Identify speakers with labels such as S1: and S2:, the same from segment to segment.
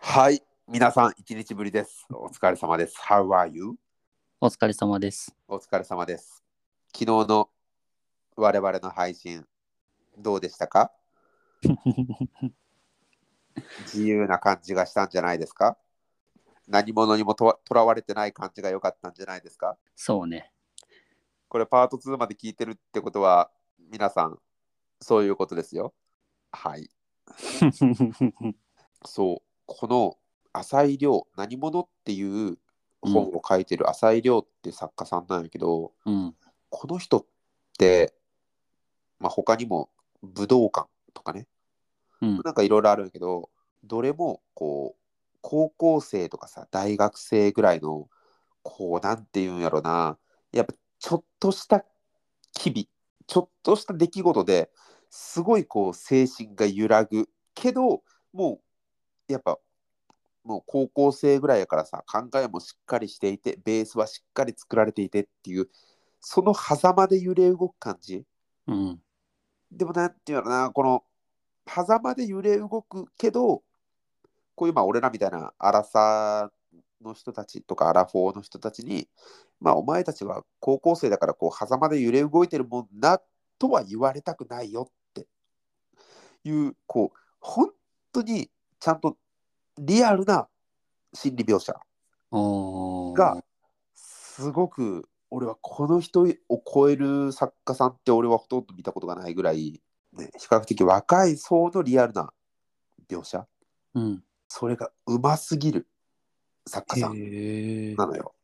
S1: はい、皆さん、一日ぶりです。お疲れ様です。How are you?
S2: お疲れ様です。
S1: お疲れ様です。昨日の我々の配信、どうでしたか自由な感じがしたんじゃないですか何者にもとわとらわれてない感じが良かったんじゃないですか
S2: そうね。
S1: これパート2まで聞いてるってことは、皆さん、そういうことですよ。はい。そう、この浅井亮、何者っていう本を書いてる浅井亮っていう作家さんなんやけど、
S2: うん。
S1: この人って、まあ、他にも武道館とかね、
S2: うん。
S1: なんかいろいろあるんやけど、どれもこう、高校生とかさ、大学生ぐらいの、こう、なんていうんやろな、やっぱちょっとした機微、ちょっとした出来事ですごいこう、精神が揺らぐけど、もう、やっぱ、もう高校生ぐらいやからさ、考えもしっかりしていて、ベースはしっかり作られていてっていう、その狭間で揺れ動く感じ。
S2: うん。
S1: でもなんていうのかな、この狭間で揺れ動くけど、こういうまあ俺らみたいなアラサーの人たちとかアラフォーの人たちに、まあお前たちは高校生だからこう狭間で揺れ動いてるもんなとは言われたくないよっていう、こう、本当にちゃんとリアルな心理描写
S2: おー
S1: が、すごく俺はこの人を超える作家さんって俺はほとんど見たことがないぐらい、ね、比較的若い層のリアルな描写
S2: うん。
S1: それがうますぎる作家さん
S2: へえ。
S1: なのよ。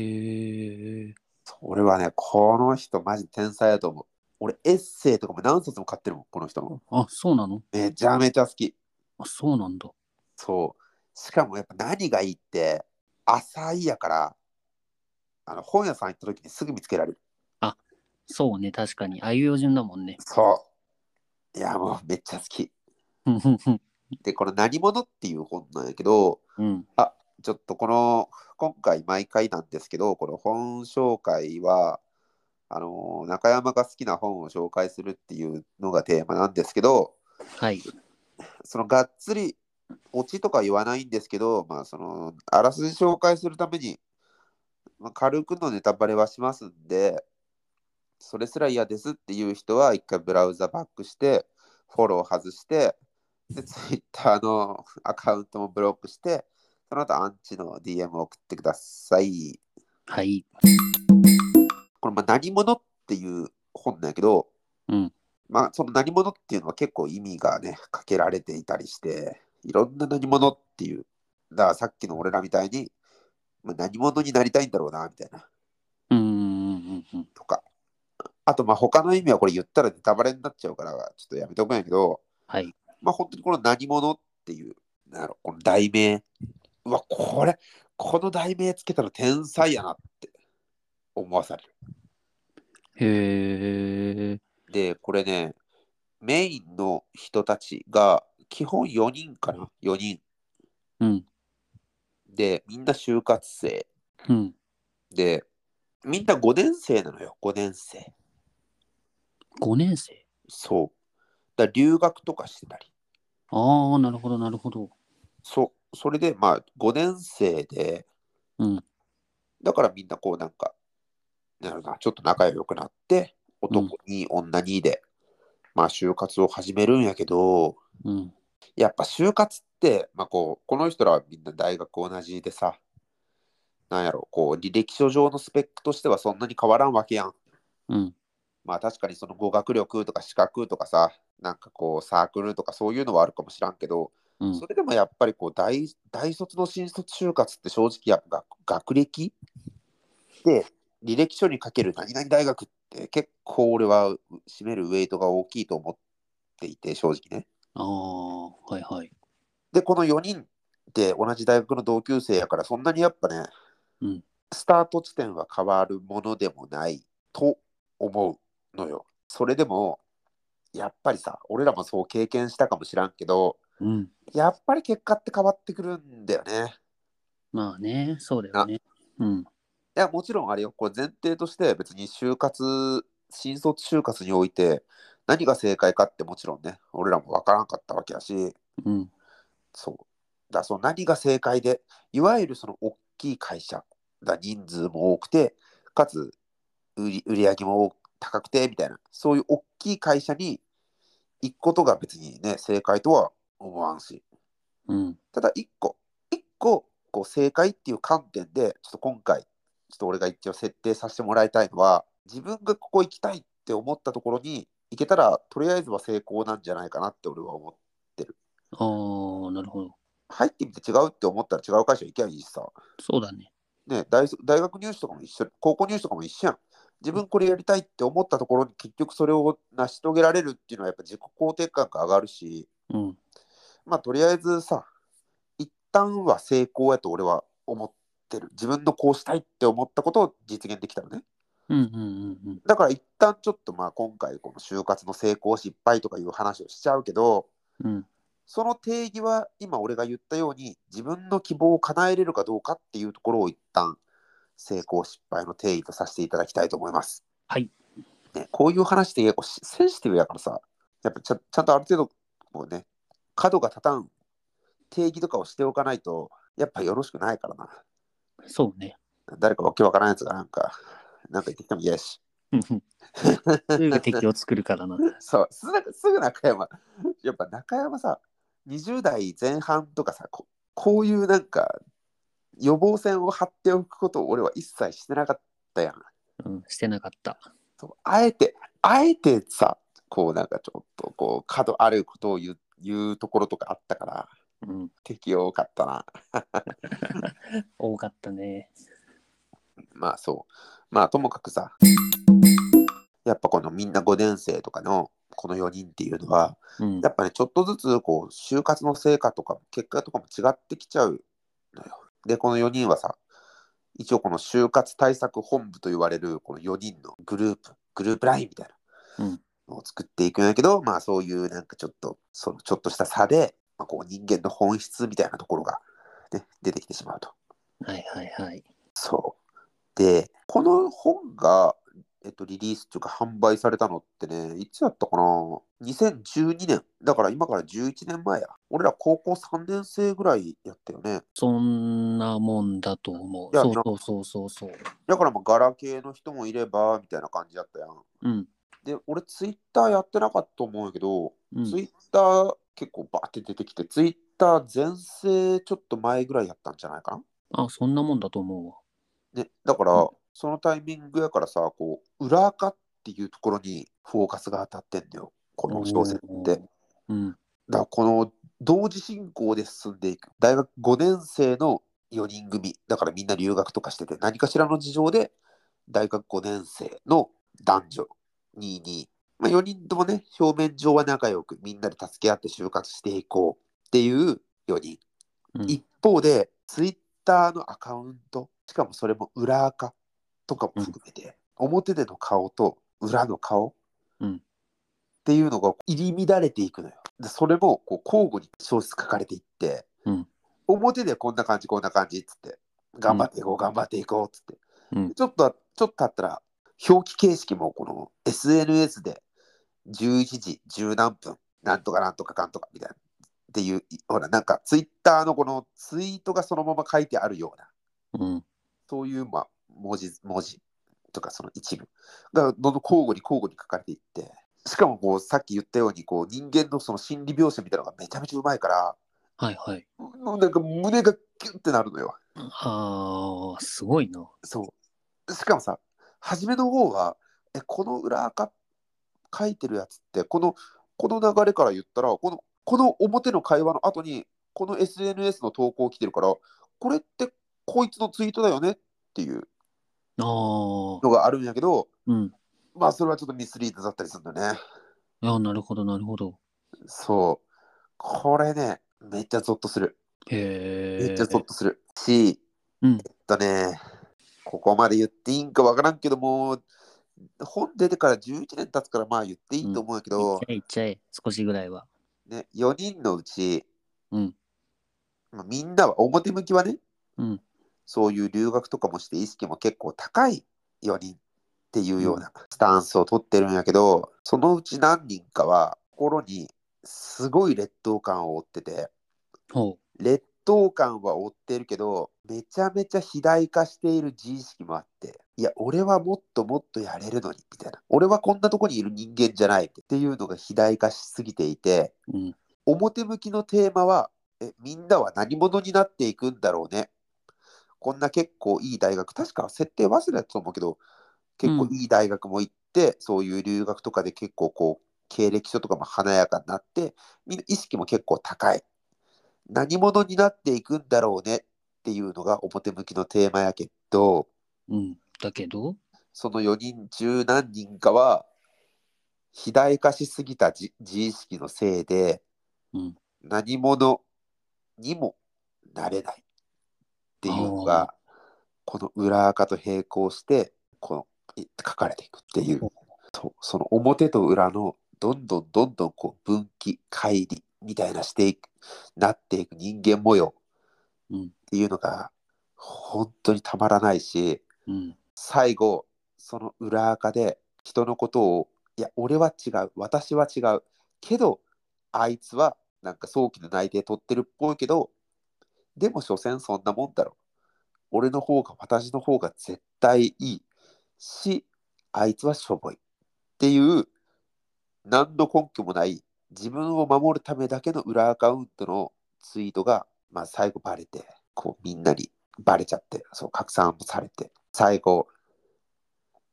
S2: へえ。
S1: 俺はねこの人マジ天才だと思う。俺エッセイとかも何冊も買ってるもんこの人の。
S2: あ、そうなの
S1: めちゃめちゃ好き。
S2: あ、そうなんだ。
S1: そう。しかもやっぱ何がいいって浅いやからあの本屋さん行った時にすぐ見つけられる。
S2: そうね、確かに。あいうよ順だもんね。
S1: そう。いやもうめっちゃ好き。
S2: うん。
S1: で、この何者っていう本なんやけど、
S2: うん。
S1: ちょっとこの、今回毎回なんですけど、この本紹介は、あの、中山が好きな本を紹介するっていうのがテーマなんですけど、
S2: はい。
S1: そのがっつりオチとか言わないんですけど、まあ、その、あらすじ紹介するために、まあ、軽くのネタバレはしますんで、それすら嫌ですっていう人は、一回ブラウザバックして、フォロー外して、で、ツイッターのアカウントもブロックして、その後アンチの DM を送ってください。
S2: はい。
S1: これ、まあ、何者っていう本なんやけど、
S2: うん
S1: まあ、その何者っていうのは結構意味がね、かけられていたりして、いろんな何者っていう、だからさっきの俺らみたいに、まあ、何者になりたいんだろうな、みたいな、
S2: うんうんうん。
S1: とか。あと、まあ、他の意味はこれ言ったらネタバレになっちゃうから、ちょっとやめとくんやけど、
S2: はい。
S1: まあ、本当にこの何者っていう、なんやろこの題名。うわ、これ、この題名つけたら天才やなって思わされる。
S2: へえ。
S1: で、これね、メインの人たちが、基本4人かな、4人。
S2: うん。
S1: で、みんな就活生。
S2: うん。
S1: で、みんな5年生なのよ、5年生。
S2: 5年生
S1: そう。だから留学とかしてたり。
S2: ああ、なるほど、なるほど。
S1: そそれで、まあ、5年生で、
S2: うん。
S1: だからみんなこう、なんか、なるな、ちょっと仲良くなって、男に女にで、まあ、就活を始めるんやけど、
S2: うん。
S1: やっぱ就活って、まあ、こうこの人らはみんな大学同じでさ、なんやろこう、履歴書上のスペックとしてはそんなに変わらんわけやん。
S2: うん。
S1: まあ確かにその語学力とか資格とかさ、なんかこうサークルとかそういうのはあるかもしらんけど、
S2: うん
S1: そ。れでもやっぱりこう大大卒の新卒就活って正直やっぱ学学歴で履歴書にかける何々大学って結構俺は占めるウェイトが大きいと思っていて正直ね。
S2: ああ、はいはい。
S1: で、この4人って同じ大学の同級生やから、そんなにやっぱね、
S2: うん
S1: スタート地点は変わるものでもないと思うのよ。それでも、やっぱりさ、俺らもそう経験したかもしらんけど、
S2: うん。
S1: やっぱり結果って変わってくるんだよね。
S2: まあね、そうだよね。うん。
S1: いや、もちろんあれよ、これ前提として別に就活、新卒就活において、何が正解かってもちろんね、俺らも分からんかったわけだし、
S2: うん。
S1: そう。だそう何が正解でいわゆるその大きい会社だ人数も多くてかつ売り売り上げも高くてみたいなそういう大きい会社に行くことが別にね正解とは思わんし
S2: うん。
S1: ただ一個一個こう正解っていう観点でちょっと今回ちょっと俺が一応設定させてもらいたいのは自分がここ行きたいって思ったところに行けたらとりあえずは成功なんじゃないかなって俺は思う
S2: ああ、なるほど。
S1: 入ってみて違うって思ったら違う会社行けばいいしさ
S2: そうだね。
S1: ね、大卒大学入試とかも一緒高校入試とかも一緒やん自分これやりたいって思ったところに結局それを成し遂げられるっていうのはやっぱ自己肯定感が上がるし
S2: うん。
S1: まあとりあえずさ一旦は成功やと俺は思ってる自分のこうしたいって思ったことを実現できたのね
S2: うんうんうんうん。
S1: だから一旦ちょっとまあ今回この就活の成功失敗とかいう話をしちゃうけど
S2: うん。
S1: その定義は今俺が言ったように自分の希望を叶えれるかどうかっていうところを一旦成功失敗の定義とさせていただきたいと思います。
S2: はい。
S1: ね、こういう話って結構しセンシティブやからさやっぱちゃちゃんとある程度こうね角が立たん定義とかをしておかないとやっぱよろしくないからな。
S2: そうね。
S1: 誰かわけわからんやつがなんかなんか言ってきても嫌やし。
S2: うんうんすぐ敵を作るから な。
S1: そうすぐすぐ中山やっぱ中山さ20代前半とかさここういうなんか予防線を張っておくことを俺は一切してなかったやん
S2: うん。してなかった。
S1: そうあえてあえてさこうなんかちょっとこう角あることを言う言うところとかあったから
S2: うん。
S1: 敵多かったな
S2: 多かったね。
S1: まあそうまあともかくさやっぱこのみんな5年生とかのこの4人っていうのは
S2: うん
S1: や。っぱね、ちょっとずつ、こう、就活の成果とか、結果とかも違ってきちゃうのよ。で、この4人はさ、一応この就活対策本部と言われる、この4人のグループ、グループラインみたいな
S2: うん
S1: のを作っていくんやけど、まあそういうなんかちょっと、そのちょっとした差で、まあ、こう人間の本質みたいなところが、ね、出てきてしまうと。
S2: はいはいはい。
S1: そう。で、この本が、えっと、リリースというか販売されたのってね、いつやったかな ?2012 年。だから今から11年前や。俺ら高校3年生ぐらいやったよね。
S2: そんなもんだと思
S1: い
S2: う。
S1: や
S2: そうそうそうそうそう。
S1: だからまあ、ガラケーの人もいれば、みたいな感じだったやん。
S2: うん。
S1: で、俺ツイッターやってなかったと思うんやけど、
S2: うん
S1: ツイッター結構バーって出てきて、ツイッター全盛ちょっと前ぐらいやったんじゃないかな
S2: あ、そんなもんだと思うわ。
S1: ね、だから、
S2: うん
S1: そのタイミングやからさこう裏垢っていうところにフォーカスが当たってんだよこの小説って。だか
S2: うん。
S1: らこの同時進行で進んでいく大学5年生の4人組だからみんな留学とかしてて何かしらの事情で大学5年生の男女2人、まあ、4人ともね表面上は仲良くみんなで助け合って就活していこうっていう4人。
S2: うん
S1: 一方で、ツイッターのアカウント、しかもそれも裏垢とかも含めて、表での顔と裏の顔、
S2: うん
S1: っていうのが入り乱れていくのよ。でそれもこう交互に小説書かれていって、
S2: うん
S1: 表でこんな感じ、こんな感じっつって、頑張っていこう、頑張っていこうっつって、
S2: うん
S1: ちょっと、ちょっとあったら、表記形式もこの SNS で11時10何分、なんとかなんとかかんとかみたいな。っていう、いほら、なんかツイッターのこのツイートがそのまま書いてあるような、
S2: うん。
S1: そういう、まあ、文字、文字とかその一部がどんどん交互に交互に書かれていって、しかもこう、さっき言ったように、こう、人間のその心理描写みたいなのがめちゃめちゃうまいから、
S2: はいはい。
S1: もうなんか胸がキュンってなるのよ。
S2: ああ、すごいな。
S1: そう。しかもさ、初めの方は、え、この裏垢書いてるやつって、この、この流れから言ったら、この、この表の会話の後に、この SNS の投稿来てるから、これってこいつのツイートだよねっていう
S2: ああ。
S1: のがあるんやけど、
S2: うん。
S1: まあ、それはちょっとミスリードだったりするんだね。
S2: いや、なるほど、なるほど。
S1: そう。これね、めっちゃゾッとする。
S2: へえ。
S1: めっちゃゾッとする。し、
S2: うん
S1: えっとね、ここまで言っていいんかわからんけども、本出てから11年経つからまあ言っていいと思うんやけ
S2: いっ
S1: ど
S2: ち、ゃえ、いっちゃえ、少しぐらいは。
S1: ね、4人のうち、
S2: うん
S1: まあみんなは表向きはね、
S2: うん
S1: そういう留学とかもして意識も結構高い4人っていうようなスタンスを取ってるんやけど、そのうち何人かは心にすごい劣等感を負ってて、
S2: ほ
S1: 劣動感は追ってるけどめちゃめちゃ肥大化している自意識もあっていや俺はもっともっとやれるのにみたいな俺はこんなとこにいる人間じゃないっていうのが肥大化しすぎていて
S2: うん。
S1: 表向きのテーマはえみんなは何者になっていくんだろうねこんな結構いい大学確か設定忘れたと思うけど結構いい大学も行って、そういう留学とかで結構こう経歴書とかも華やかになってみんな意識も結構高い何者になっていくんだろうねっていうのが表向きのテーマやけど
S2: うん。だけど、
S1: その4人中何人かは肥大化しすぎた自自意識のせいで
S2: うん。
S1: 何者にもなれないっていうのがこの裏垢と並行してこのい書かれていくっていうそうその表と裏のどんどんどんどんこう分岐乖離みたいなしていくなっていく人間模様
S2: うん
S1: っていうのが本当にたまらないし
S2: うん。
S1: 最後その裏垢で人のことをいや俺は違う私は違うけどあいつはなんか早期の内定取ってるっぽいけどでも所詮そんなもんだろ俺の方が私の方が絶対いいしあいつはしょぼいっていう何の根拠もない自分を守るためだけの裏アカウントのツイートが、まあ、最後バレてこうみんなにバレちゃってそう拡散もされて最後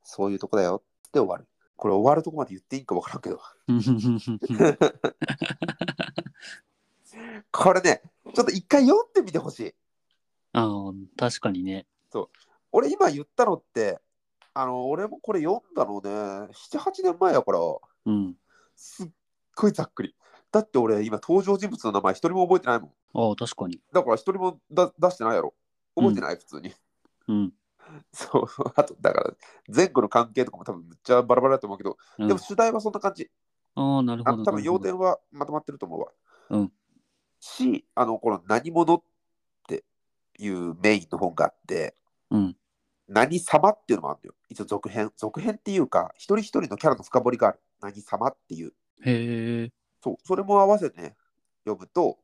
S1: そういうとこだよって終わるこれ終わるとこまで言っていいんか分からんけど これねちょっと一回読んでみてほしい
S2: ああ、確かにね。
S1: 俺今言ったのってあの俺もこれ読んだのね78年前やから
S2: うん。
S1: すっごいざっくりだって俺今登場人物の名前一人も覚えてないもん
S2: ああ、確かに。
S1: だから一人もだ出してないやろ覚えてない、普通に
S2: うん。
S1: そうあとだから前後の関係とかも多分めっちゃバラバラだと思うけど、
S2: うん
S1: でも主題はそんな感じ
S2: ああ、なる
S1: あ
S2: ほ
S1: の
S2: ど。
S1: 多分要
S2: なる
S1: 点はまとまってると思うわ。
S2: うん
S1: し、あの、この何者っていうメインの本があって、
S2: うん
S1: 何様っていうのもあるのよ。一応続編。続編っていうか、一人一人のキャラの深掘りがある。何様っていう。
S2: ほどへえ。
S1: そう、それも合わせてね、読むと、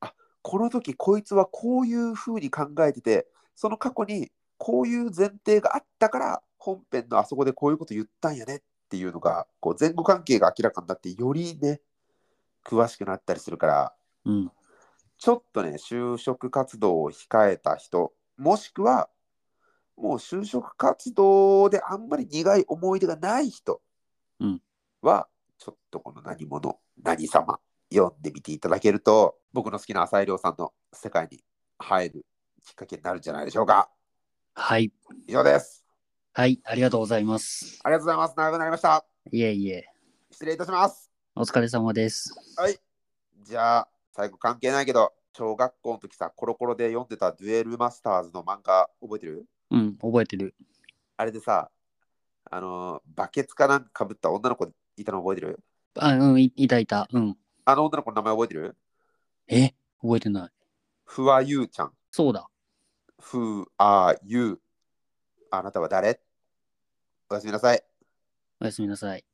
S1: あこの時こいつはこういう風に考えてて、その過去にこういう前提があったから、本編のあそこでこういうこと言ったんやねっていうのが、こう前後関係が明らかになって、よりね、詳しくなったりするから、
S2: うん。
S1: ちょっとね、就職活動を控えた人、もしくは、もう就職活動であんまり苦い思い出がない人
S2: うん
S1: は、ちょっとこの何者、何様、読んでみていただけると、僕の好きな浅井亮さんの世界に入るきっかけになるんじゃないでしょうか。
S2: はい。
S1: 以上です。
S2: はい。ありがとうございます。
S1: ありがとうございます。長くなりました。
S2: いえいえ。
S1: 失礼いたします。
S2: お疲れ様です。
S1: じゃあ、最後関係ないけど、小学校の時さ、コロコロで読んでたデュエルマスターズの漫画、覚えてる
S2: うん。覚えてる。
S1: あれでさ、あのーバケツかなんかかぶった女の子いたの覚えてる
S2: あうん。いいたいた。うん。
S1: あの女の子の名前覚えてる
S2: え覚えてない。
S1: ふわゆうちゃん。
S2: そうだ。
S1: ふあゆう。あなたは誰おやすみなさい。
S2: おやすみなさい。